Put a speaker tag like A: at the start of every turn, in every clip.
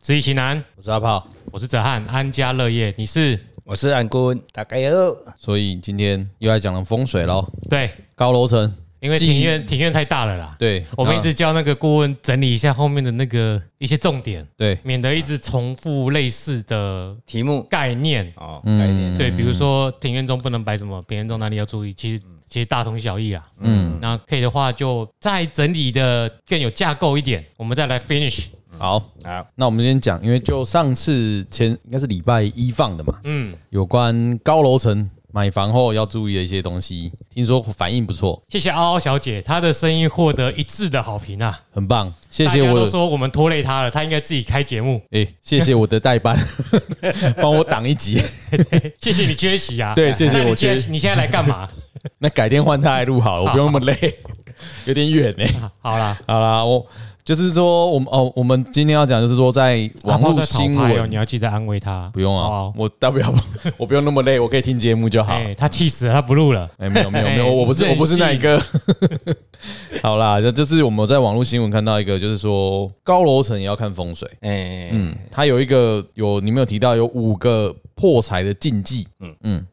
A: 知易其难，
B: 我是阿炮，
A: 我是泽汉，安家乐业，你是
C: 我是安坤，大概有
B: 所以今天又来讲了风水喽，
A: 对，
B: 高楼层，
A: 因为
B: 记
A: 庭院庭院太大了啦，
B: 对，
A: 我们
B: 那
A: 一直叫那个顾问整理一下后面的那个一些重点，
B: 对
A: 免得一直重复类似的
C: 题目
A: 概念。
C: 哦，概
B: 嗯
C: 念
A: 对，比如说庭院中不能摆什么，别人中哪里要注意，其实其实大同小异啊。嗯，那可以的话就再整理的更有架构一点，我们再来 finish。
B: 好，
C: 好，
B: 那我们先讲，因为就上次前应该是礼拜一放的嘛，
A: 嗯，
B: 有关高楼层买房后要注意的一些东西，听说反应不错，
A: 谢谢嗷嗷小姐，她的声音获得一致的好评啊！
B: 很棒，谢谢
A: 大家
B: 我
A: 都
B: 的，
A: 说我们拖累她了，她应该自己开节目。
B: 哎、谢谢我的代班， 帮我挡一集，
A: 谢谢你缺席啊！
B: 对谢谢
A: 那你
B: 我缺
A: 现在你现在来干 嘛？
B: 那改天换他来录好了，我不用那么累， 有点远呢、
A: 好啦，
B: 好啦，我就是说，我们哦，我们今天要讲就是说，在网
A: 阿炮
B: 络
A: 在淘
B: 新
A: 汰哦，
B: 闻
A: 你要记得安慰他。
B: 不用啊
A: 哦，，
B: 我大不了 我不用那么累，我可以听节目就好。
A: 哎，他气死了，他不录了。
B: 哎，没有没有没有，
A: 哎
B: 我我不是
A: 任
B: 我
A: 性
B: 不是那一个。 好啦，那就是我们在网络新闻看到一个，就是说高楼层也要看风水。
C: 哎，
B: 嗯，它有一个有你没有提到有五个破财的禁忌，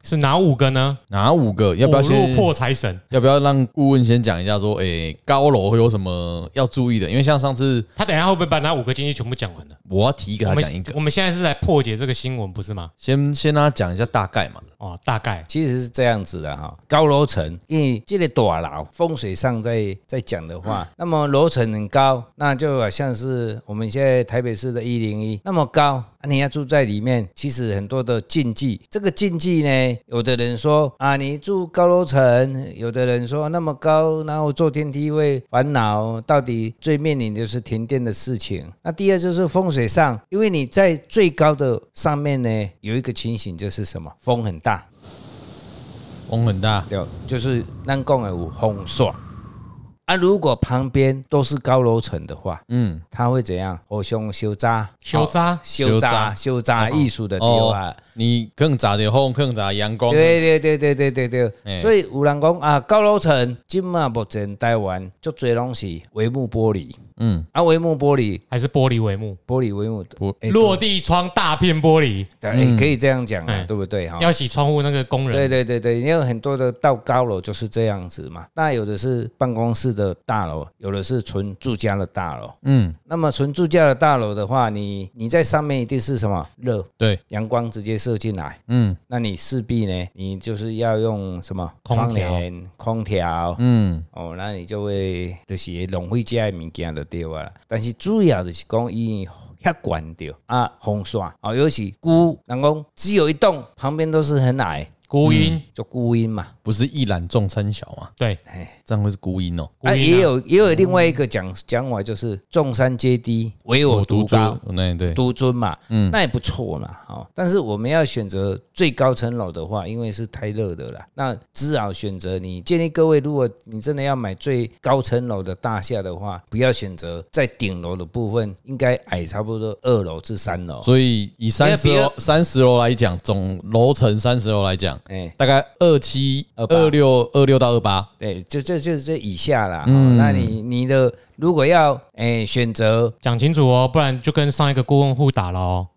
A: 是哪五个呢？
B: 哪五个？要不要
A: 五
B: 先
A: 路破财神，
B: 要不要让顾问先讲一下说，哎，高楼会有什么要注意的？因为像上次
A: 他等一下会不会把那五个禁忌全部讲完呢？
B: 我要提一个，
A: 我
B: 他
A: 们
B: 讲一个，
A: 我们现在是来破解这个新闻，不是吗？
B: 先先让他讲一下大概嘛。
A: 哦，大概
C: 其实是这样子的哈，高楼层，因为这个大楼风水上在在讲的话，那么楼层很高，那就好像是我们现在台北市的一零一那么高，啊你要住在里面，其实很多的禁忌。这个禁忌呢，有的人说啊，你住高楼层，有的人说那么高，然后坐电梯会烦恼。到底最面临的是停电的事情。那第二就是风水上，因为你在最高的上面呢，有一个情形就是什么，风很大。
B: 风很大，
C: 对，就是咱讲的有风煞。啊，如果旁边都是高楼层的话，
B: 嗯，
C: 它会怎样？互相修渣、
A: 修渣
C: 修
B: 修渣
C: 渣、修渣艺术的对啊。
B: 哦你更早的后，更早阳光，
C: 对对对对对对
B: 哦哎
C: 对，所以有人讲啊，高楼层今嘛目前台湾足侪拢是帷幕玻璃，
B: 嗯，
C: 啊，帷幕玻璃，
A: 还是玻璃帷幕，
C: 玻璃帷幕的
B: 不，
C: 哎
A: 落地窗大片玻璃，
C: 对哎，可以这样讲
A: 哎
C: 啊，对不对哈？
A: 要洗窗户那个工
C: 对
A: 人，
C: 对对对，因为很多的到高楼就是这样子嘛。那有的是办公室的大楼，有的是纯住家的大楼。
B: 嗯，
C: 那么纯住家的大楼的话，你你在上面一定是什么热，
B: 对，
C: 阳光直接射进来，
B: 嗯
C: 那你势必呢，你就是要用什么
A: 空
C: 窗
A: 调
C: 帘、空调。
B: 嗯，
C: 哦，那你就会就是浪费这的物件就对啊啦。但是主要就是讲伊遐悬着啊，风沙哦，尤其孤，人讲只有一栋，旁边都是很矮，
A: 孤
B: 嗯
A: 鹰，
C: 就孤阴嘛。
B: 不是一览众山小嘛，
A: 对，
B: 这样会是孤鹰哦。
A: 孤
C: 啊，
A: 鹰
C: 也
A: 啊
C: 有也有另外一个讲讲法，就是众山皆低，唯我独高，
B: 尊，那嗯对，
C: 独尊嘛，那也不错嘛，哦。但是我们要选择最高层楼的话，因为是太热的啦，那只好选择你建议各位，如果你真的要买最高层楼的大厦的话，不要选择在顶楼的部分，应该矮差不多二楼至三楼。
B: 所以以三十
C: 因为
B: 楼三十楼来讲，总楼层三十楼来讲，
C: 哎，
B: 大概二七、
C: 28
B: 二六、二六到二八，
C: 对，就就就是这以下啦。哦那你你的如果要哎选择
A: 讲清楚哦，不然就跟上一个顾问互打了 哦。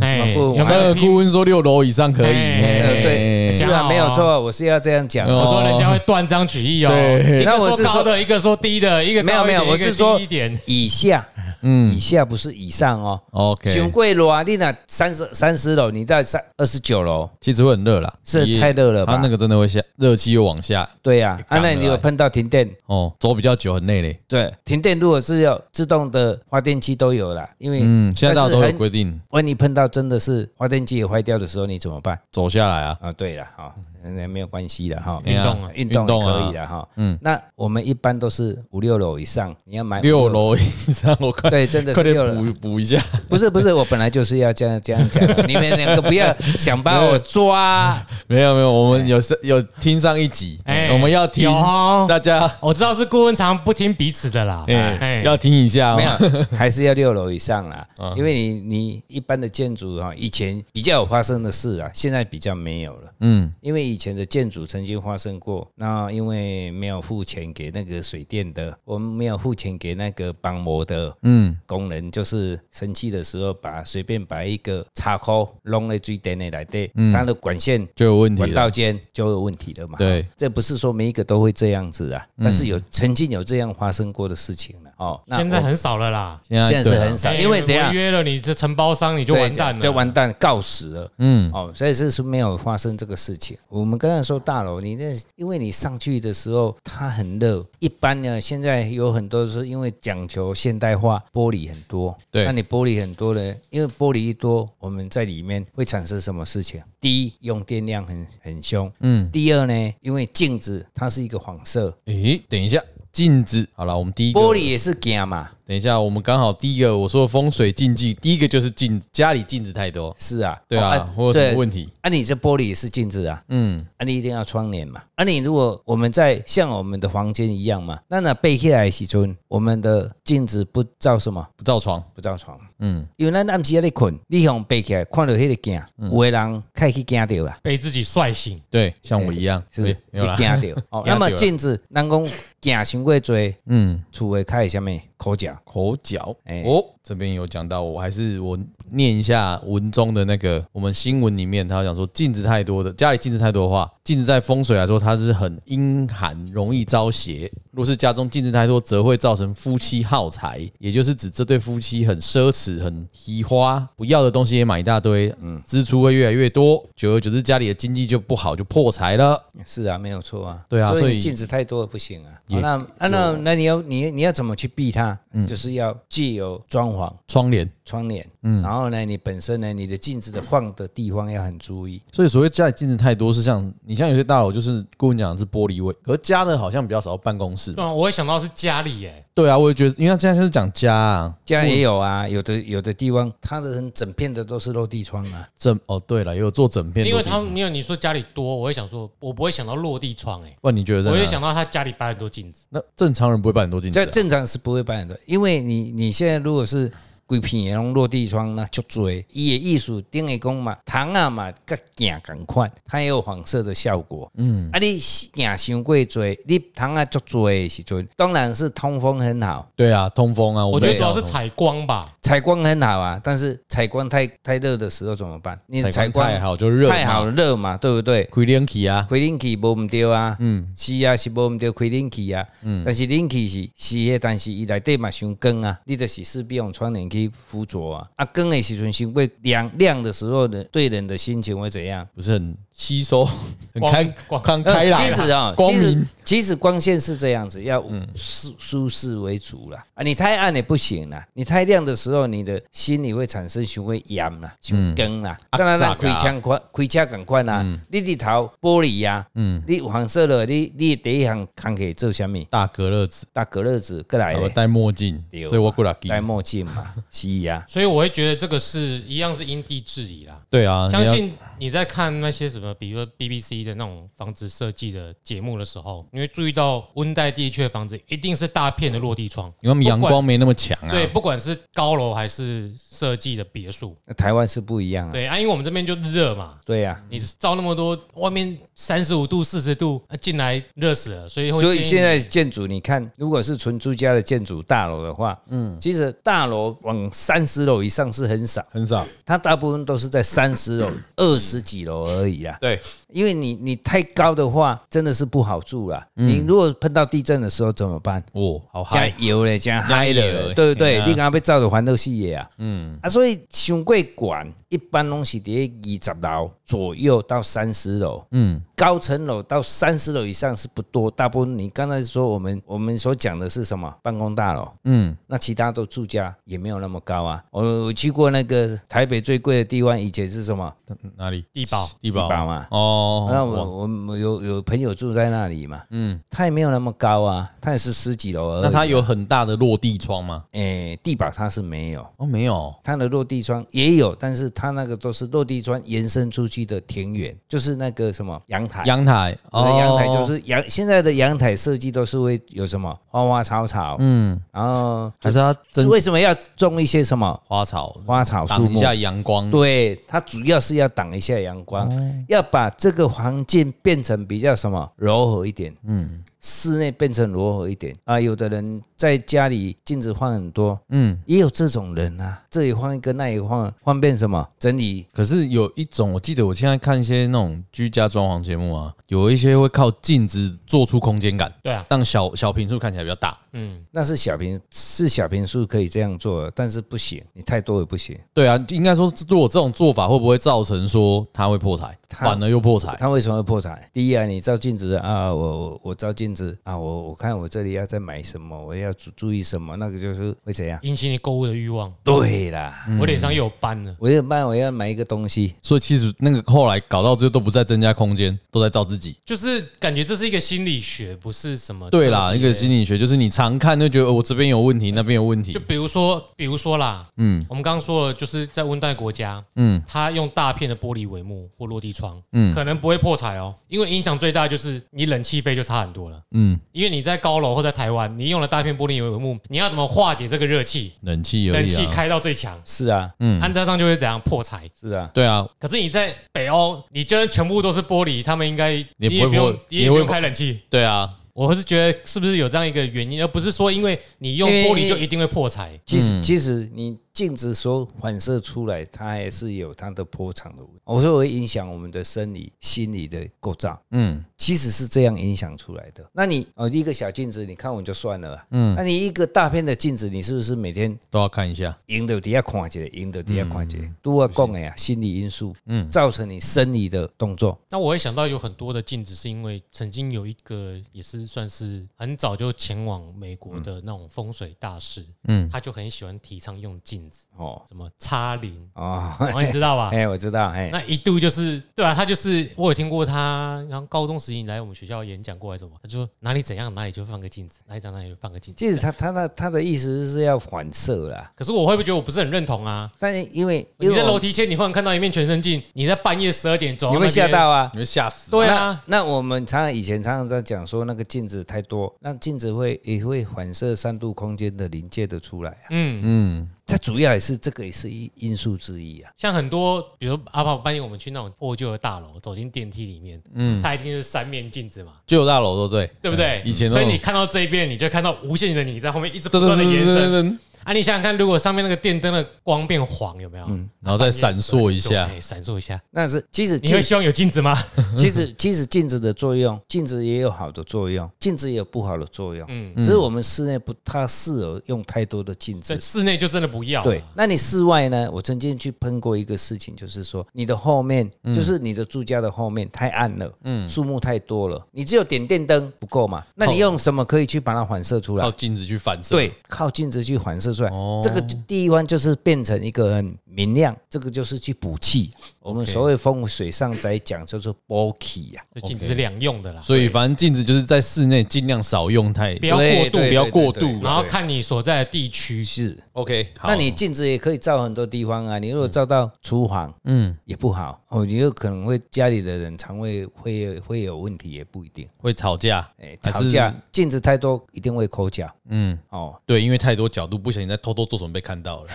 A: 哎，
C: 不
A: 有
C: 我
A: 没
B: 三
A: 有
B: 个
A: 批
B: 顾？问说六楼以上可以，
A: 哎
B: 嘿
C: 呃，对，是
A: 想好
C: 啊，
A: 哦
C: 没有错，我是要这样讲。
A: 我
B: 哦
A: 说人家会断章取义哦。
B: 对
A: 一个
C: 那我是
A: 说
C: 说
A: 高的，一个说低的，一个
C: 没有
A: 高一
C: 没有，
A: 点
C: 我
A: 一个
C: 是说
A: 低一点。
C: 以下，嗯，以下不是以上哦。熊
B: ，OK，
C: 贵楼啊，你那三十三十楼，你到三二十九楼，
B: 其实会很热啦，
C: 是
B: 也
C: 太热了吧
B: 它那个真的会下，热气又往下，
C: 对呀、啊，
B: 刚
C: 那
B: 来
C: 你有碰到停电？
B: 哦，走比较久，很累嘞。
C: 对，停电如果是要自动的发电机都有啦，因为
B: 嗯，现在大家
C: 但是
B: 都有
C: 很
B: 规定，
C: 万一碰到真的是发电机也坏掉的时候，你怎么办？
B: 走下来啊，
C: 啊，对了，哈、那没有关系的哈，
A: 运动啊
C: 运动
B: 运动啊
C: 也可以的哈。嗯，那我们一般都是五六楼以上，你要买
B: 六
C: 五
B: 楼以上，我快
C: 对真的是
B: 快点
C: 六楼
B: 补补一下。
C: 不是不是，我本来就是要这样这样讲的，你们两个不要想 把我抓。
B: 没有没有，我们有是有听上一集，
A: 哎
B: 我们要听
A: 有哦
B: 大家，
A: 我知道是顾问常不听彼此的啦。
B: 哎
A: 哎，，
B: 要听一下哦，
C: 没有，还是要六楼以上啦，因为你啊你一般的建筑哈，以前比较有发生的事啊，现在比较没有了。
B: 嗯，
C: 因为以以前的建筑曾经发生过，那因为没有付钱给那个水电的，我们没有付钱给那个帮模的，嗯，工人就是生气的时候把随便把一个插口弄在水电的来对，它的管线
B: 就有嗯问题
C: 管
B: 了。
C: 道间就有问题了嘛。
B: 对，
C: 这不是说每一个都会这样子啊，
A: 嗯
C: 但是有曾经有这样发生过的事情了哦。那
A: 现在
C: 我
A: 很少了啦，
B: 现
C: 现在
B: 对
C: 是
B: 啊
C: 很少，
A: 哎
C: 因为怎样
A: 违？约了，你这承包商你就
C: 对
A: 完蛋了，
C: 就完蛋，告死了。嗯，哦，所以是是没有发生这个事情。我们刚才说大楼，你那因为你上去的时候它很热，一般呢现在有很多是因为讲求现代化，玻璃很多。
B: 对
C: 那你玻璃很多呢，因为玻璃一多，我们在里面会产生什么事情？第一，用电量很很凶。嗯，第二呢，因为镜子它是一个晃射，
B: 诶，等一下，镜子。好了，我们第一个
C: 玻璃也是镜嘛。
B: 等一下，我们刚好第一个我说的风水禁忌，第一个就是镜家里镜子太多，
C: 是啊，
B: 对啊
C: 哦
B: 或者什么
C: 对
B: 问题
C: 啊，你这玻璃也是镜子啊，嗯，啊，你一定要窗帘嘛，啊，你如果我们在像我们的房间一样嘛，那那背起来的时阵，我们的镜子不照什么，
B: 不照床。
C: 不照床，嗯，因为咱暗时在困，你向背起来看到迄个镜，
B: 嗯
C: 有的人开去惊到啦，
A: 被自己帅醒。
B: 对，像我一样，
C: 哎是
B: 对没哎有
C: 你
B: 啦。
C: 惊到，哦，
B: 惊到
C: 那么
B: 了
C: 镜子，咱讲镜伤过多，
B: 嗯，
C: 厝的开什么口角，
B: 口角。
C: 哎
B: 哦，这边有讲到，我还是我念一下文中的那个，我们新闻里面他讲说，镜子太多的家里镜子太多的话，镜子在风水啊来说它是很阴寒，容易招邪。若是家中镜子太多，则会造成夫妻耗财，也就是指这对夫妻很奢侈、很稀花，不要的东西也买一大堆，嗯，支出会越来越多，久而久之家里的经济就不好，就破财了。
C: 是啊，没有错啊。
B: 对啊
C: 所
B: 所以
C: 以你镜子太多了不行啊。
B: 也嗯
C: 好那那那那你要你你要怎么去避它？就是要借由装潢、
B: 窗帘，
C: 窗帘，
B: 嗯
C: 然后呢，你本身呢，你的镜子的放的地方要很注意。
B: 所以所谓家里镜子太多，是像你像有些大楼就是顾问讲的是玻璃位，可是家的好像比较少，办公室嘛
A: 对啊，我会想到是家里哎，
B: 对啊，我也觉得，因为他现在是讲家啊，
C: 这样也有啊，有的有的地方它的很整片的都是落地窗啊，
B: 整哦，对了，也有做整片落地
A: 因为
B: 窗，
A: 他没有你说家里多，我会想说，我不会想到落地窗哎，
B: 不然你觉得在
A: 我
B: 哪？
A: 会想到他家里摆很多镜子，
B: 那正常人不会摆很多镜子啊、
C: 这正常是不会办的，因为你你现在如果是。规片也用落地窗那就追，伊的艺术顶会讲嘛，窗啊嘛，甲镜共款，它也有反射的效果。嗯，啊你镜伤过多，你窗啊足多的时阵，当然是通风很好，
B: 对啊，通风啊，
A: 我
B: 我
A: 觉得
B: 们也
A: 主要是
B: 通风
A: 采光吧，
C: 采光很好啊。但是采光太太热的时候怎么办？你的
B: 采
C: 采
B: 光
C: 光
B: 太好就热嘛，
C: 太好热嘛，对不对？
B: 开冷气啊，
C: 开冷气无毋对啊，嗯，是啊，是无毋对，开冷气啊，嗯，但是冷气是是诶，但是伊内底嘛伤光啊，你就是势必用窗帘去辅佐啊，啊，光诶时阵伤过亮亮的时候呢，对人的心情会怎样？
B: 不是很吸 收，很
A: 光
B: 开
A: 光呃
B: 刚开朗啊，
C: 其实啊，
B: 光
C: 其实
B: 明嗯
C: 其实光线是这样子，要舒舒适为主啦。啊，你太暗也不行啦，你太亮的时候，你的心里会产生伤会炎啦、伤光啦。
B: 啊
C: 当然啦，
B: 杂嗯
C: 开
B: 啊嗯
C: 枪款、开车赶快啦，你日头玻璃呀，你黄色了，你你第一行看可以做什么？
B: 大隔热纸，
C: 大隔热纸
A: 哎
C: 过来
B: 啊我
C: 嘞，
B: 戴墨镜，
C: 对
B: 所以我过来给
C: 戴墨镜嘛，是啊呀。
A: 所以我会觉得这个是一样是因地制宜啦。
B: 对啊，
A: 相
B: 你要
A: 信你在看那些什么，比如说 BBC 的那种房子设计的节目的时候，你会注意到温带地区的房子一定是大片的落地窗，
B: 因为他们阳
A: 不管
B: 光没那么强啊，
A: 对，不管是高楼还是设计的别墅，
C: 那台湾是不
B: 嗯
C: 一样啊，
A: 对啊，因为我们这边就热嘛，
C: 对啊呀。
A: 你照那么多，外面三十五度、四十度，啊进来热死了，所以会
C: 所以
A: 建议
C: 现在建筑，你看，如果是纯住家的建筑大楼的话，嗯，其实大楼往三十楼以上是很少，
B: 很少，
C: 它大部分都是在三十楼、二十几楼而已啊。
B: 对，
C: 因为你你太高的话，真的是不好住啦。你如果碰到地震的时候怎么办？
B: 哦，好
C: 加
B: 嗨，
C: 油嘞，加
B: 加
C: 嗨
B: 油
C: 了，对不对
B: 嘿？啊
C: 你刚刚被照的环都视野啊，嗯啊，所以上过管一般拢是伫二十楼左右到三十楼，嗯，高层楼到三十楼以上是不多，大部分你刚才说我们我们所讲的是什么办公大楼，嗯，那其他都住家也没有那么高啊。我我去过那个台北最贵的地方，以前是什么？
B: 哪里？
A: 地堡
B: 地堡
C: 地堡嘛
B: 哦，
C: 那我我我有有朋友住在那里嘛，嗯，它也没有那么高啊，它也是十几楼而已。
B: 那它有很大的落地窗吗？
C: 诶、地堡它是没有，
B: 哦，没有，
C: 它的落地窗也有，但是它那个都是落地窗延伸出去的庭园，就是那个什么阳台。
B: 阳台，
C: 我的
B: 哦，
C: 阳台就是阳，现在的阳台设计都是会有什么花花草草，嗯，然后
B: 还是它真
C: 为什么要种一些什么
B: 花草
C: 花草树
B: 挡一
C: 木？
B: 下阳光，
C: 对，它主要是要挡一下阳光，
B: 哦
C: 要把这个环境变成比较什么柔和一点，嗯，室内变成柔和一点啊。有的人在家里镜子放很多，
B: 嗯，
C: 也有这种人啊，这里放一个，那里放，方便什么整理。
B: 可是有一种，我记得我现在看一些那种居家装潢节目啊，有一些会靠镜子做出空间感，
A: 对啊，
B: 让小小平数看起来比较大。
A: 嗯，
C: 那是小平是小平数可以这样做，但是不行，你太多也不行。
B: 对啊，应该说，如果这种做法会不会造成说他会破财，
C: 它
B: 反而又破财？
C: 他为什么会破财？第一啊，你照镜子啊，我我我照镜子啊，我我看我这里要再买什么，我要注注意什么，那个就是会怎样？
A: 引起你购物的欲望。
C: 对啦，
B: 嗯
A: 我脸上又有斑了，
C: 我要买我要买一个东西，
B: 所以其实那个后来搞到最后都不再增加空间，都在照自己。
A: 就是感觉这是一个心理学，不是什么
B: 对啦，
A: 特
B: 一
A: 别
B: 个心理学就是你常看就觉得、哦我这边有问题，那边有问题
A: 就，比如说，比如说啦，嗯，我们刚刚说了，就是在温带国家，
B: 嗯
A: 嗯，他用大片的玻璃帷幕或落地窗，嗯，可能不会破财哦，因为影响最大就是你冷气费就差很多了，
B: 嗯，
A: 因为你在高楼或在台湾，你用了大片玻璃帷幕，你要怎么化解这个热气？
B: 冷气而
A: 冷
B: 已
A: 气
B: 啊。
A: 开到最强，
C: 是啊，
A: 嗯，按照上就会怎样破财。
C: 是啊，
B: 对啊，
A: 可是你在北欧，你就算全部都是玻璃，他们应该
B: 也
A: 你也
B: 不会
A: 不用
B: 破，
A: 你
B: 也
A: 也不
B: 不会
A: 用
B: 破
A: 开冷气。
B: 对啊，
A: 我是觉得是不是有这样一个原因，而不是说因为你用
C: 因为
A: 玻璃就一定会破财。
C: 其实、其实你镜子所反射出来，它还是有它的波长的问题。我说会影响我们的生理、心理的构造，
B: 嗯，
C: 其实是这样影响出来的。那你哦，一个小镜子你看我就算了啊，嗯，那你一个大片的镜子，你是不是每天
B: 都要看一下。
C: 赢得底下看一个，赢得底下看一
A: 嗯
C: 个，都要讲的呀，心理因素，嗯，造成你生理的动作，
A: 那我会想到有很多的禁止，是因为曾经有一个也是算是很早就前往美国的那种风水大师，
B: 嗯
A: 嗯，他就很喜欢提倡用镜子，
C: 哦
A: 什么擦 铃，
C: 哦，
A: 然后你知道吧？
C: 哎，我知道，哎，
A: 啊那一度就是对啊，他就是我有听过他，然后高中时期来我们学校演讲过还是什么，他就说哪里怎样哪里就放个镜子，哪里怎样哪里就放个镜子。
C: 其实他他的他的意思是要反射啦，
A: 可是我会不会觉得我不是很认同啊？
C: 但是因为
A: 你
C: 因为
A: 在
C: 我
A: 楼梯间，你忽然看到一面全身镜，你在半夜十二点走，
C: 你会吓？到啊，
B: 你会吓死。
A: 对啊，
C: 那，那我们常常以前常常在讲说，那个镜子太多，那镜子会也会反射三度空间的临界的出来啊。
A: 嗯，
B: 嗯，
C: 它主要也是这个也是一因素之一啊。
A: 像很多，比如阿爸半夜我们去那种破旧的大楼，走进电梯里面，嗯，它一定是三面镜子嘛，
B: 就有大楼都对。哎
A: 对不对？
B: 以前都
A: 所
B: 有
A: 以你看到这一边，你就看到无限的你在后面一直不
B: 噔
A: 断
B: 噔
A: 的延
B: 噔
A: 伸。
B: 噔噔，
A: 啊，你想想看，如果上面那个电灯的光变黄，有没有？嗯，
B: 然后再闪烁一下。
A: 哎闪烁一下。
C: 那是其实
A: 你会
C: 镜
A: 希望有镜子吗？
C: 其实其实镜子的作用，镜子也有好的作用，镜子也有不好的作用。
A: 嗯，
C: 只是我们室内不太适合用太多的镜
A: 在啊
C: 子。
A: 室内就真的不要。
C: 对，，那你室外呢？我曾经去碰过一个事情，就是说你的后面，就是你的住家的后面太暗了，嗯，树木太多了，你只有点电灯不够嘛？那你用什么可以去把它反射出来
B: 靠？镜子去反射。
C: 对，靠镜子去反射出来，
B: 哦
C: 这个就地方就是变成一个很明亮，这个就是去补气。啊我们所谓风水上在讲叫做补气啊呀，
A: 就镜子是两用的啦，
B: 所以反正镜子就是在室内尽量少用太，
A: 不要过度
B: 不要过度
A: 然后看你所在的地区。
C: 是。
B: OK，好
C: 那你镜子也可以照很多地方啊，你如果照到厨房，嗯，也不好哦，你有可能会家里的人肠胃会会有问题，也不一定。
B: 会吵架，
C: 哎，
B: 还
C: 吵
B: 是
C: 架镜子太多一定会抠脚
B: 嗯，
C: 哦。
B: 对，因为太多角度，不小心在偷偷做什么被看到 了。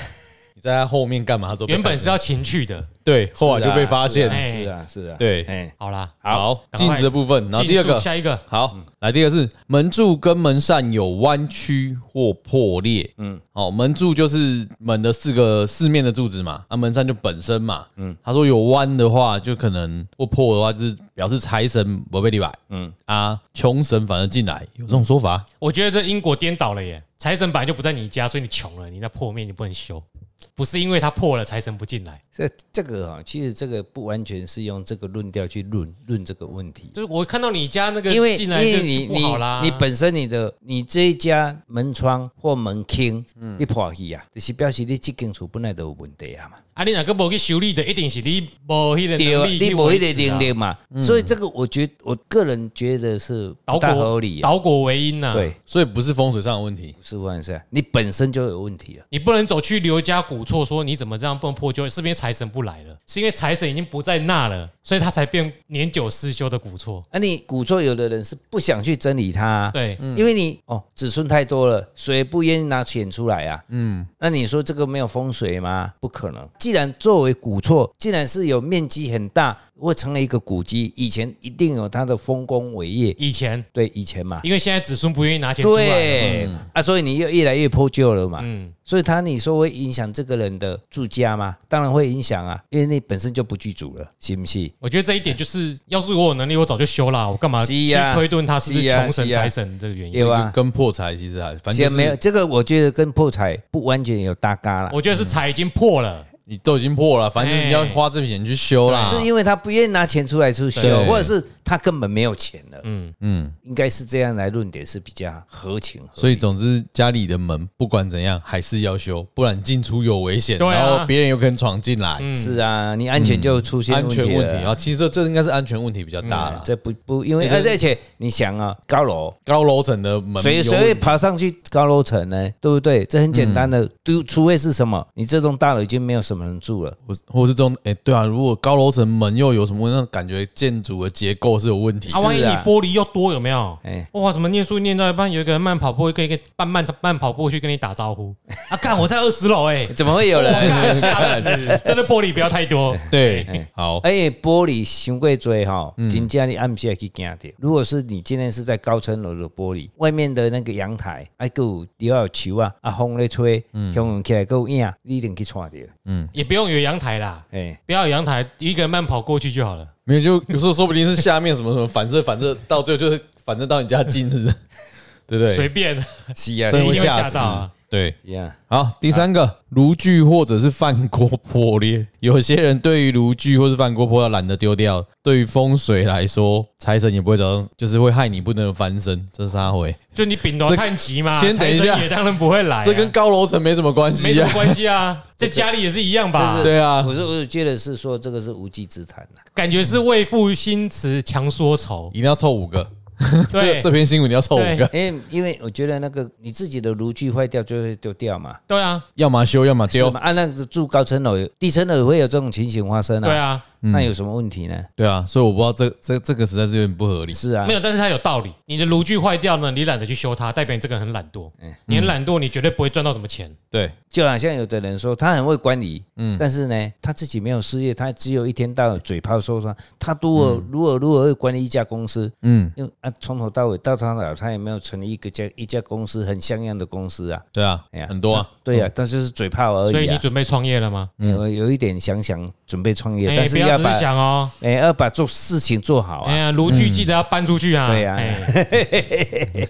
B: 你在他后面干嘛？他都被
A: 原本
B: 看
A: 是要情趣的，
B: 到对，后来
C: 是
B: 就
C: 啊
B: 被发
C: 是
B: 现
C: 啊。
A: 哎
C: 是啊是啊，
B: 对
C: 哎，
A: 好啦，
B: 好，
A: 赶
B: 镜
A: 快
B: 子的部分，然后第二
A: 竞
B: 个
A: 速，下一个，
B: 好，来第二个是门柱跟门扇有弯曲或破裂。嗯，好，门柱就是门的四个四面的柱子嘛，啊，门扇就本身嘛。嗯，他说有弯的话，就可能或破的话，就是表示财神不被礼拜。嗯，啊，穷神反而进来，有这种说法。
A: 我觉得这因果颠倒了耶！财神本来就不在你家，所以你穷了，你那破灭你不能修，不是因为它破了财神不进来。
C: 这这个啊，其实这个不完全是用这个论调去论论这个问题。
A: 就是我看到你家那个
C: 因为
A: 进
C: 因
A: 来就
C: 为你
A: 不好啦，
C: 你你本身你的你这一家门窗或门厅，
A: 嗯
C: 你破去啊，就是表示你这间厝本来就有问题啊嘛，
A: 啊你哪个无去修理的，一定是你无迄个
C: 对
A: 能
C: 啊，
A: 力
C: 你
A: 去
C: 无
A: 维
C: 一个
A: 持啊
C: 能力嘛，所以这个我觉我个人觉得是
A: 导
C: 不
A: 果
C: 大合理啊，
A: 导果为因呐。
C: 对，，
B: 所以不是风水上的问题。
C: 不是万岁，你本身就有问题啊了，
A: 你不能走去刘家古厝说你怎么这样不能破旧，是不是因为财神不来了？是因为财神已经不在那了，所以它才变年久失修的古厝。
C: 啊，你古厝有的人是不想去整理它、
A: 对，
C: 因为你哦子孙太多了，谁不愿意拿钱出来啊？嗯，那你说这个没有风水吗？不可能。既然作为古厝，既然是有面积很大，会成为一个古迹，以前一定有它的丰功伟业。
A: 以前
C: 对，以前嘛，
A: 因为现在子孙不愿意拿钱出来，嗯
C: 对、啊，所以你又越来越破旧了嘛。嗯，所以他你说会影响这个人的住家吗？当然会影响啊，因为你本身就不具足了，信不信？
A: 我觉得这一点就是，要是我有能力，我早就修啦，我干嘛
C: 是
A: 去
C: 啊
A: 推论它是不是
C: 是啊
A: 穷神
C: 是啊
A: 财神这个原因？
C: 有啊，
B: 跟破财其实还反
C: 其
B: 正就是
C: 实没有这个，我觉得跟破财不完全有搭嘎啦。
A: 我觉得是财已经破了，
B: 你都已经破了，反正就是你要花这笔钱去修啦。
C: 是因为他不愿意拿钱出来出修
B: 对，
C: 或者是他根本没有钱了。嗯
B: 嗯
C: 嗯，应该是这样来论点是比较合情合理。
B: 所以总之家里的门不管怎样还是要修，不然进出有危险，
A: 对啊
B: 然后别人有可能闯进来，
C: 是啊，你安全就出现
B: 安全问
C: 问
B: 题
C: 题
B: 啊。
C: 了。
B: 其实这这应该是安全问题比较大
C: 啊
B: 了，。
C: 这不不，因为而且而且你想啊，高楼
B: 高楼层的门嗯
C: 谁
B: 有
C: 谁会爬上去高楼层呢？对不对？这很简单的，都除非是什么，你这栋大楼已经没有什么人住了。
B: 或或是这种，哎、对啊，如果高楼层门又有什么问题，那感觉建筑的结构是有问题
A: 啊，。万一你玻璃又多，有没有？
C: 哎
A: 哇，怎么念书念到一半，有一个人慢跑步，跟一个半慢慢跑步去跟你打招呼，啊，看我在二十楼哎，
C: 怎么会有
A: 我
C: 人？
A: 干吓死！真的玻璃不要太多，
B: 对，好，
C: 而且哎玻璃伤过多哈，真正你暗时会去惊到。如果是你今天是在高层楼的玻璃，外面的那个阳台，啊，还有又要有树啊，啊，风咧吹，香云起来还有影，你一定去看到。
A: 也不用有阳台啦，
C: 哎，
A: 不要有阳台，一个人慢跑过去就好了。
B: 没有就有时候说不定是下面什么什么反射反射，到最后就是反正到你家近似的， 对不
A: 随
B: 对？
A: 便，
C: 是啊
B: 真
A: 你
B: 会
A: 一定会
B: 吓
A: 吓
B: 死
A: 到啊！
B: 对。
C: 是啊，
B: 好，第三个，炉具或者是饭锅破裂。 有些人对于炉具或是饭锅破掉懒得丢掉，对于风水来说，财神也不会找上，就是会害你不能翻身。这是啥回？
A: 就你丙头探吉嘛，
B: 先等一
A: 财神
B: 下
A: 也当然不会来啊，
B: 这跟高楼层没什么关
A: 没
B: 系
A: 什
B: 啊
A: 么。关系啊，在家里也是一样 吧
C: 这？是
B: 对啊，
C: 我是我是觉得是说这个是无稽之谈 呐。
A: 感觉是为赋新词强说愁
B: 一，定要凑五个。这
A: 对
B: 这篇新闻你要凑五个，
C: 因为哎因为我觉得那个你自己的炉具坏掉就会丢掉嘛，
A: 对啊，
B: 要么修，要么
C: 是
B: 丢。
C: 嘛？啊，那个住高层楼、低层楼也会有这种情形发生啊。
A: 对，啊，
C: 那有什么问题呢？
B: 对啊，所以我不知道这这这个实在是有点不合理。
C: 是啊
A: 没，有，但是它有道理。你的炉具坏掉呢，你懒得去修它，代表你这个人很懒惰。你很懒惰，你绝对不会赚到什么钱。
B: 对，
C: 就好像有的人说他很会管理，嗯，但是呢，他自己没有事业，他只有一天到晚嘴炮说说他如何如何如何会管理一家公司，
B: 嗯，
C: 因为啊从头到尾到他老他也没有成立一个家一家公司很像样的公司啊，
B: 对啊
C: 哎呀，，
B: 很多啊。
C: 对呀、但就是嘴炮而
A: 所以
C: 已
A: 你
C: 啊。
A: 准备创业了吗？
C: 有有一点想想准备创业，
A: 哎
C: 但
A: 不
C: 是
A: 要
C: 要
A: 只
C: 把
A: 是想哦。
C: 哎、要把做事情做好
A: 哎
C: 啊。
A: 呀，炉具记得要搬出去啊！
C: 对啊
A: 哎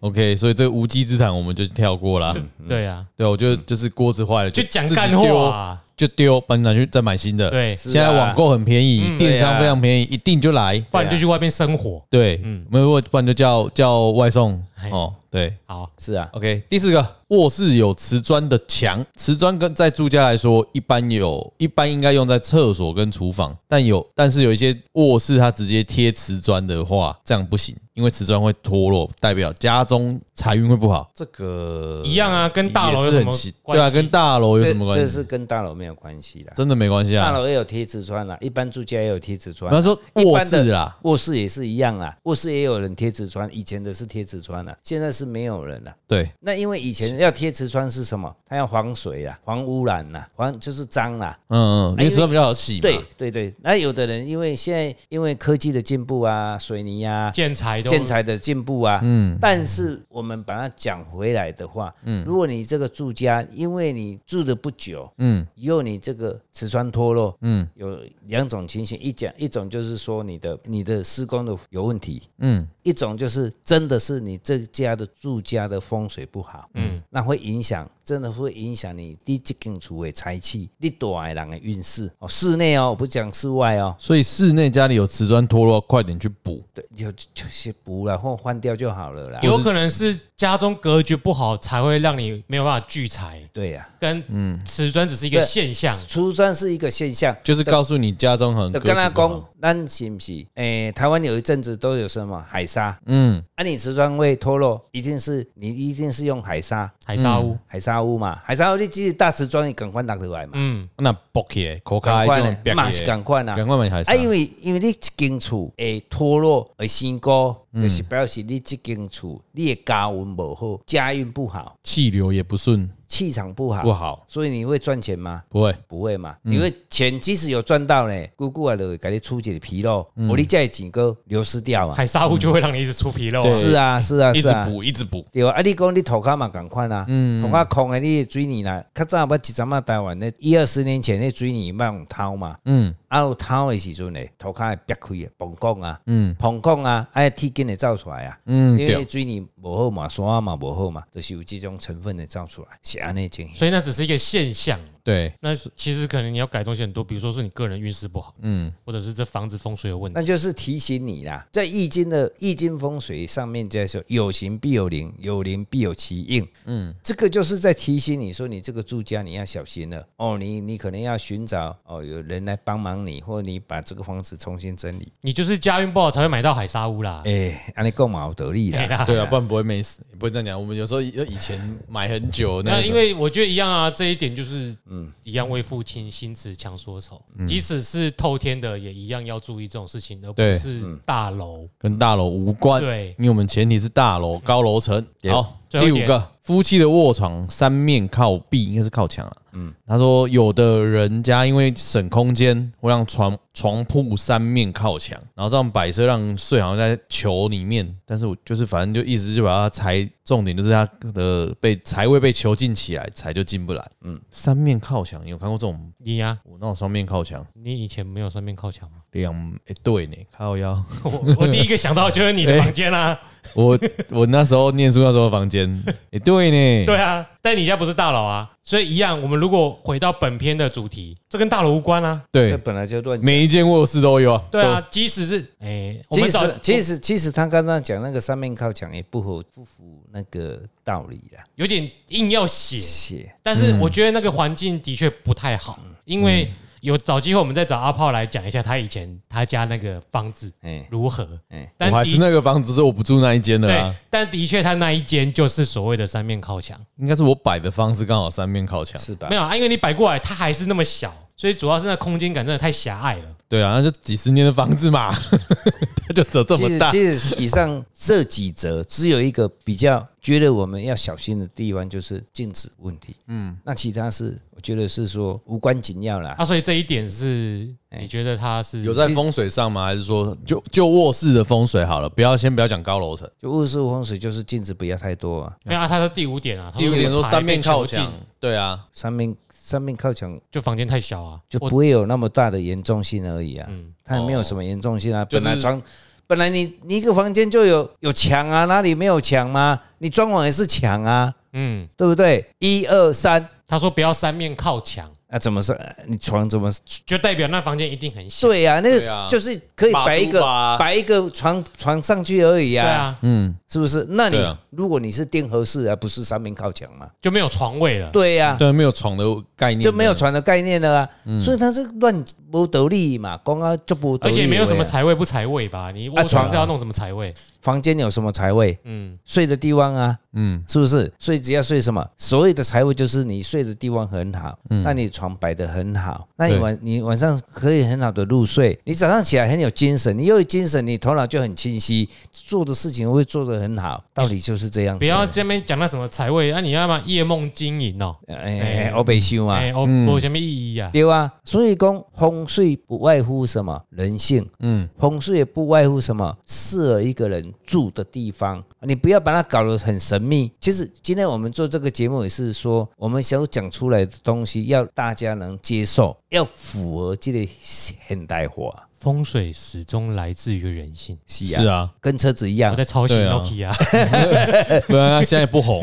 B: OK，所以这个无稽之谈我们就跳过啦。
A: 对啊，
B: 对啊，我觉得就是锅子坏了
A: 就讲
B: 自己
A: 干
B: 丢
A: 话啊。
B: 就丢，把你拿去再买新的。
A: 对啊
B: 现在网购很便宜，电商非常便宜，一定就来。
A: 不然你就去外面生活。
B: 对，
A: 嗯
B: 没有，不然就叫叫外送哦。对
A: 好，
C: 是啊，
B: ，OK，第四个，卧室有瓷砖的墙，瓷砖跟在住家来说，一般有一般应该用在厕所跟厨房，但有但是有一些卧室它直接贴瓷砖的话，这样不行，因为瓷砖会脱落，代表家中财运会不好。这个
A: 一样啊跟大楼有
B: 也是
A: 什
B: 很
A: 么
B: 奇
A: 关
B: 对啊，
A: 系
B: 跟大楼有
C: 这
B: 什么关
C: 这
B: 系？
C: 是跟大楼没有关系的，
B: 真的没关系
C: 大
B: 啊。
C: 楼也有贴瓷砖啦，一般住家也有贴瓷砖
B: 比方
C: 啊。
B: 说
C: 一
B: 卧
C: 般的
B: 室啦，
C: 卧室也是一样啊，卧室也有人贴瓷砖，以前的是贴瓷砖了、现在是没有人了、
B: 对，
C: 那因为以前要贴瓷砖是什么？它要防水啦，防污染啦，防就是脏啦。
B: 嗯嗯，因为瓷砖比较好洗嘛。
C: 哎对对对，那有的人因为现在因为科技的进步啊，水泥啊，
A: 建材都
C: 建材的进步啊，嗯，但是我们把它讲回来的话，嗯，如果你这个住家，因为你住的不久，嗯，以后你这个瓷砖脱落，嗯，有两种情形，一讲一种就是说你的你的施工的有问题，嗯，一种就是真的是你这家的住家的风水不好，嗯，那会影响，真的会影响你你这间厝的财气，你大的人的运势哦，室内哦，我不讲室外哦，
B: 所以室内家里有瓷砖脱落，快点去补。
C: 对，就就是补了或换掉就好了啦，
A: 有可能是家中格局不好，才会让你没有办法聚财，
C: 对啊呀、
A: 跟瓷砖只是一个
C: 对
A: 现象。
C: 出砖是一个现象，
B: 啊就是告诉你家中很
C: 就
B: 格
C: 跟他
B: 局不
C: 讲
B: 好，，
C: 咱咱是不是？诶、台湾有一阵子都有什么海沙，
B: 嗯，
C: 啊，你瓷砖会脱落，一定是你一定是用海沙，
A: 海沙屋，
C: 海沙屋嘛，海沙屋你即是大瓷砖，你赶快拿落来嘛，
A: 嗯，
B: 那 book 口
C: 赶
B: 开
C: 快
B: 这
C: 呢
B: 种，
C: 嘛是赶快啊
B: 赶。快买还是
C: 啊，因为因为你一间厝会脱落会升高，
B: 嗯
C: 就是表示你这间厝你的家运不好，家运不好，
B: 气流也不顺，
C: 气场不好，
B: 不好，
C: 所以你会赚钱吗？
B: 不会，
C: 不会
B: 嗯
C: 嘛，因为钱即使有赚到呢，姑姑啊，就会给你出一个纰漏，
B: 嗯
C: 我你这几个流失掉啊。
A: 海沙屋就会让你一直出纰漏啊。
C: 是啊，是啊，
B: 嗯一
C: 是
B: 直
C: 啊。
B: 补，嗯一直补，
C: 对啊，啊，你讲你涂骹嘛共款啊，涂骹空的你的水泥啦，较早捌一阵仔台湾咧，一二十年前咧水泥嘛用掏嘛，
B: 嗯
C: 啊有掏的时阵咧，涂骹会瘪开啊，膨胀啊，
B: 嗯
C: 膨胀啊，啊铁筋会走出来啊，
B: 嗯，
C: 因为
B: 对，
C: 水泥无好嘛，山嘛无好嘛，就是有这种成分的走出来，是安尼情形。
A: 所以那只是一个现象。
C: 哎
B: 对，
A: 那其实可能你要改东西很多，比如说是你个人运势不好，
B: 嗯
A: 或者是这房子风水有问题。
C: 那就是提醒你啦，在易经的易经风水上面在说，有形必有灵，有灵必有其应。嗯，这个就是在提醒你说，你这个住家你要小心了哦，你你可能要寻找哦有人来帮忙你，或你把这个房子重新整理。
A: 你就是家运不好才会买到海沙屋啦。
C: 哎，安尼讲嘛有道理
A: 哎
C: 啦。
B: 对啊，不然不会没死，不会这样讲。我们有时候以前买很久
A: 那
B: 那
A: 因为我觉得一样啊，这一点就是，嗯，一样为父亲心慈强说愁。即使是透天的，也一样要注意这种事情，而不
B: 对啊嗯
A: 是大楼。
B: 跟大楼无关，
A: 对
B: 因为我们前提是大楼高楼层。好，
A: 最后一
B: 第
A: 点
B: 五个，夫妻的卧床三面靠壁，应该是靠墙啊。嗯，他说有的人家因为省空间，会让床床铺三面靠墙，然后这样摆设让睡好像在球里面。但是我就是反正就一直就把它裁，重点就是它的被财位被囚禁起来，财就进不来。嗯，三面靠墙，你有看过这种？
A: 你呀、
B: 我那 种双面靠墙，
A: 你以前没有三面靠墙吗？
B: 两哎、对呢，靠腰。
A: 我我第一个想到就是你的房间啊啦、
B: 我我那时候念书那时候的房间，也、对呢，
A: 对啊，但你家不是大楼啊，所以一样。我们如果回到本篇的主题，这跟大楼无关啊。
C: 这
B: 对，
C: 本来就乱讲。
B: 每一间卧室都有啊，
A: 对啊，即使是哎、我
C: 其
A: 们找
C: 实，其实，其实他刚刚讲那个三面靠墙也不合不符那个道理啦。
A: 有点硬要写，
C: 写
A: 但是我觉得那个环境的确不太好，因为有找机会我们再找阿炮来讲一下他以前他家那个房子
C: 哎
A: 如何。
C: 哎，
B: 都，
A: 但
B: 我还是
A: 的
B: 那个房子，是我不住那一间的
A: 对
B: 啊，，
A: 但的确他那一间就是所谓的三面靠墙，
B: 应该是我摆的方式刚好三面靠墙，
C: 是吧
A: 没？有啊，因为你摆过来它还是那么小，所以主要是那空间感真的太狭隘了。
B: 对啊，那就几十年的房子嘛， 它就只有这
C: 其
B: 么
C: 实，
B: 大，
C: 其实以 上这几则只有一个比较觉得我们要小心的地方，就是禁止问题。嗯，那其他是我觉得是说无关紧要啦。
A: 啊，所以这一点是你觉得他是
B: 有在风水上吗？还是说就就卧室的风水好了，不要先不要讲高楼层，
A: 啊
C: 就物事风水就是禁止不要太多啊，
A: 没有啊？他的第五点啊，他
B: 第五点说
A: 财
B: 三面
A: 被囚
B: 靠
A: 禁
B: 墙，对啊，
C: 上面上面靠墙
A: 就房间太小啊，
C: 就
A: 我
C: 不会有那么大的严重性而已啊。它也没有什么严重性啊，
B: 就
C: 本
B: 是
C: 来床。本来你你一个房间就有有墙啊，哪里没有墙吗？你装潢也是墙啊，
A: 嗯，
C: 对不对？一二三
A: 他说不要三面靠墙，
C: 啊，怎么是？你床怎么
A: 就代表那房间一定很小。
C: 对呀、啊，那
B: 对啊
C: 个就是可以摆一
B: 把
C: 个
B: 都把
C: 摆一个床床上去而
A: 对
C: 已呀、啊，
A: 啊，
B: 嗯，
C: 是不是？那你
B: 对啊
C: 如果你是定合适，而不是三面靠墙嘛？
A: 就没有床位了。
C: 对呀、
B: 对，没有床的概
A: 嗯
B: 念，
C: 就没有床的概念了啊。所以他这乱无道理嘛，啊刚刚就不
A: 而且没有
C: 啊
A: 什么财位不财位吧？你卧室
C: 床啊
A: 是要弄什么财位？
C: 房间有什么财位？
A: 嗯，
C: 睡的地方啊，
B: 嗯，
C: 是不是？所以只要睡什么，所谓的财位就是你睡的地方很好，
A: 嗯
C: 那你床摆得很好，那你
B: 对
C: 晚你晚上可以很好的入睡，你早上起来很有精神，你又有精神，你头脑就很清晰，做的事情会做得很好，道理就是这样子。
A: 不要这边讲那什么财位啊！你要嘛夜梦经营哦，
C: 哎哎，欧北
B: 啊
C: 修嘛，
A: 哎，我
B: 嗯
A: 我什么意义啊？
C: 对啊，所以讲风水不外乎什么人性，嗯，风水也不外乎什么适合一个人住的地方。你不要把它搞得很神秘。其实今天我们做这个节目也是说，我们想讲出来的东西要大家能接受，要符合这个现代化。
A: 风水始终来自于人性。
C: 是
B: 是，啊，
C: 跟车子一样
A: 我在，抄袭
B: 对啊
A: Nokia，
C: 哎
B: 不然它现在不红，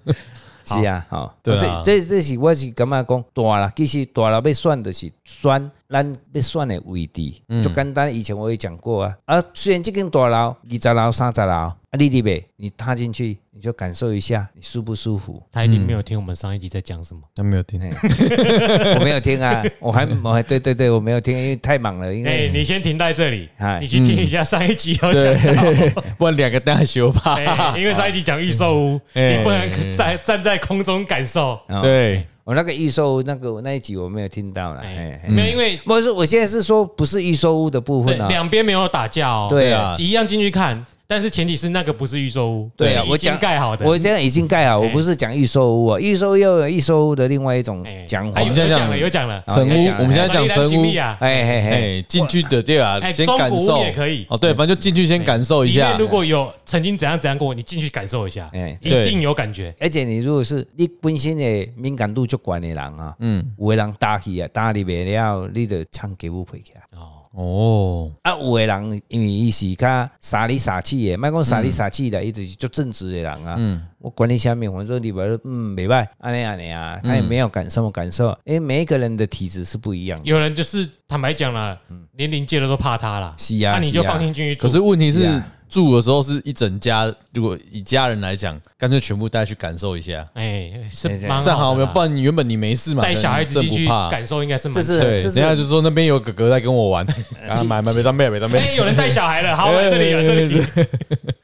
C: 是啊，好，
B: 对啊
C: 这这这是我是感觉讲大啦，其实大啦要选的是选咱要选的位置，就简单。以前我也讲过啊，啊，虽然这间大楼二十楼、三十楼，啊，你立呗，你踏进去你就感受一下，你舒不舒服？
A: 他一
B: 嗯
A: 定没有听我们上一集在讲什么。
B: 他没有听，
C: 我没有听啊，我还我还对对对，我没有听，因为太忙了，因
A: 哎，
C: 为
A: 你先停在这里
C: 嗨，
A: 你去听一下上一集有
B: 嗯对
A: 讲到。，
B: 不然两个大修吧。
A: 哎，因为上一集讲预售屋，
B: 哎
A: 你不能站站在空中感受。
C: 哦
B: 对，
C: 我那个预售屋那个那一集我没有听到了，哎
A: 哎，
C: 哎
A: 没有，因为
C: 不是，我现在是说不是预售屋的部
A: 对
C: 分啊，
A: 两边没有打架哦。
C: 对
B: 啊
A: 一样进去看，但是前提是那个不是预售屋，
C: 对啊
A: 是，已
C: 我
A: 经
C: 讲
A: 盖好的。哎
C: 我这样已经盖好，我不是讲预售屋啊，预售屋又有预售屋的另外一种
A: 哎
C: 讲法
A: 哎，有
B: 这
A: 有
B: 样
A: 讲了，有讲了。
B: 成
C: 好你
B: 屋
C: 哦讲，
B: 我们现在讲
A: 我
B: 成
A: 心
B: 屋
A: 里，啊，
C: 哎嘿嘿，
B: 哎，进去的对啊，
A: 哎
B: 先
A: 中
B: 感
A: 古屋
B: 受
A: 也可以哎
B: 哦，对，反正就进去先感哦受一
A: 里
B: 下
A: 面。如果有曾经怎样怎样过，你进去感受一下
C: 哎，
A: 一
B: 对
A: 定有感觉。
C: 而且你如果是你本身的敏感度足悬的人啊，
B: 嗯，
C: 有的人打去啊，打入袂了，你就唱给舞配起来。
A: 哦，
B: 哦，
C: 啊，有的人因为伊是较傻里傻气的，莫讲傻里傻气的，伊就是足正直的人啊。
B: 嗯
C: 我管你下面，反正你把嗯，没办，安尼安尼啊，他也
A: 嗯
C: 没有感受感受，因为每一个人的体质是不一样的。
A: 有人就是坦白讲了，连临界的都怕他啦。
C: 是啊
A: 那你就是
C: 啊
A: 放心进去住。
B: 可是问题
C: 是
B: 是
C: 啊
B: 住的时候是一整家，如果以家人来讲，干脆全部带去感受一下，
A: 哎，是
C: 哎这
A: 蛮
B: 这样好没有？不
A: 办？
B: 然你原本你没事嘛，
A: 带小孩子
B: 真
A: 进
B: 不
A: 去
B: 怕。
A: 感受应该是蛮
C: 这是
B: 对，
C: 这
B: 人家就说那边有哥哥在跟我 玩，啊，买买没当妹，没当妹
A: 哎、。有人带小孩了，好，我这里有这里有。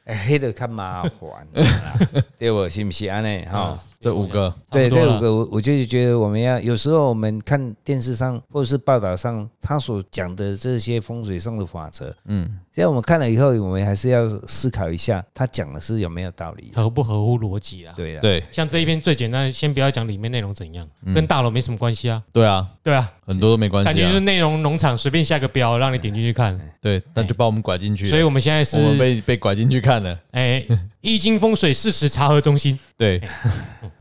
C: 哎，迄个较麻烦啦， 对不？是不是安尼哈？
B: 这五个，
C: 对，
B: 啊差不多
C: 这
B: 了
C: 五个我我就是觉得我们要有时候我们看电视上或者是报道上他所讲的这些风水上的法则，嗯，现在我们看了以后，我们还是要思考一下他讲的是有没有道理。
A: 合不合乎逻辑啦？
C: 对了，
B: 对啊
A: 像这一篇最简单，先不要讲里面内容怎样，跟大楼没什么关系啊。
B: 对啊，
A: 对啊，
B: 很多都没关
A: 感
B: 系
A: 觉就
B: 嗯啊
A: 是。内容农场随便下个标，让你点进去看。
B: 对，那就把我们拐进去了，
A: 所以我们现在是
B: 我们被被拐进去看了。
A: 哎，易经风水事实查核中心。
B: 对，
A: 哎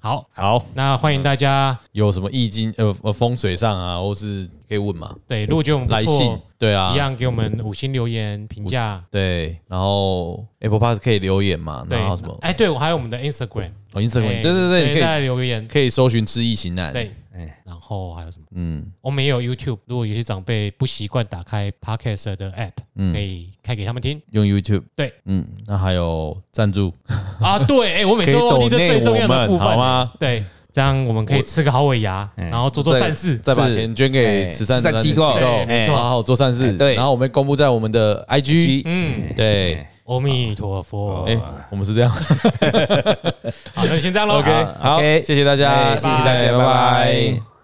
A: 好，
B: 好，
A: 那欢迎大家
B: 有什么易经呃呃风水上啊，或是可以问嘛，
A: 对，如果觉得我们
B: 嗯来
A: 不
B: 信
A: 错，，
B: 对啊，
A: 一样给我们五星留言评价。
B: 对，然后 Apple Pass 可以留言嘛，
A: 对
B: 然后什么，
A: 哎，对我还有我们的 Instagram，
B: 哦 Instagram，对
A: 哎
B: 对对，你
A: 大
B: 可
A: 家留言
B: 以。可以搜寻知易行难，
A: 对，
C: 哎，
A: 然后还有什么？
B: 嗯，
A: 我们也有 YouTube，如果有些长辈不习惯打开 Podcast 的 App，、可
B: 嗯
A: 以开给他们听
B: 用 YouTube，
A: 对，
B: 嗯，那还有赞助，
A: 啊。对，哎、我每次
B: 可以
A: 都忘记这
B: 抖内
A: 最重要的
B: 我们
A: 部分，
B: 好吗？
A: 对，这样我们可以吃个好尾牙，
C: 哎
A: 然后做做善事。
B: 再把
C: 是
B: 钱捐给
C: 哎
B: 慈善
C: 慈善机构
A: 对没错
B: 哎好好做善事，
C: 哎对哎
B: 然后我们公布在我们的 IG，
A: 嗯，
B: 对，
A: 阿弥陀佛。
B: 哎，我们是 这样
A: 好，那就先这样喽。
B: ，OK，好，
C: OK
B: 谢谢大家，
C: 哎谢谢大家，拜拜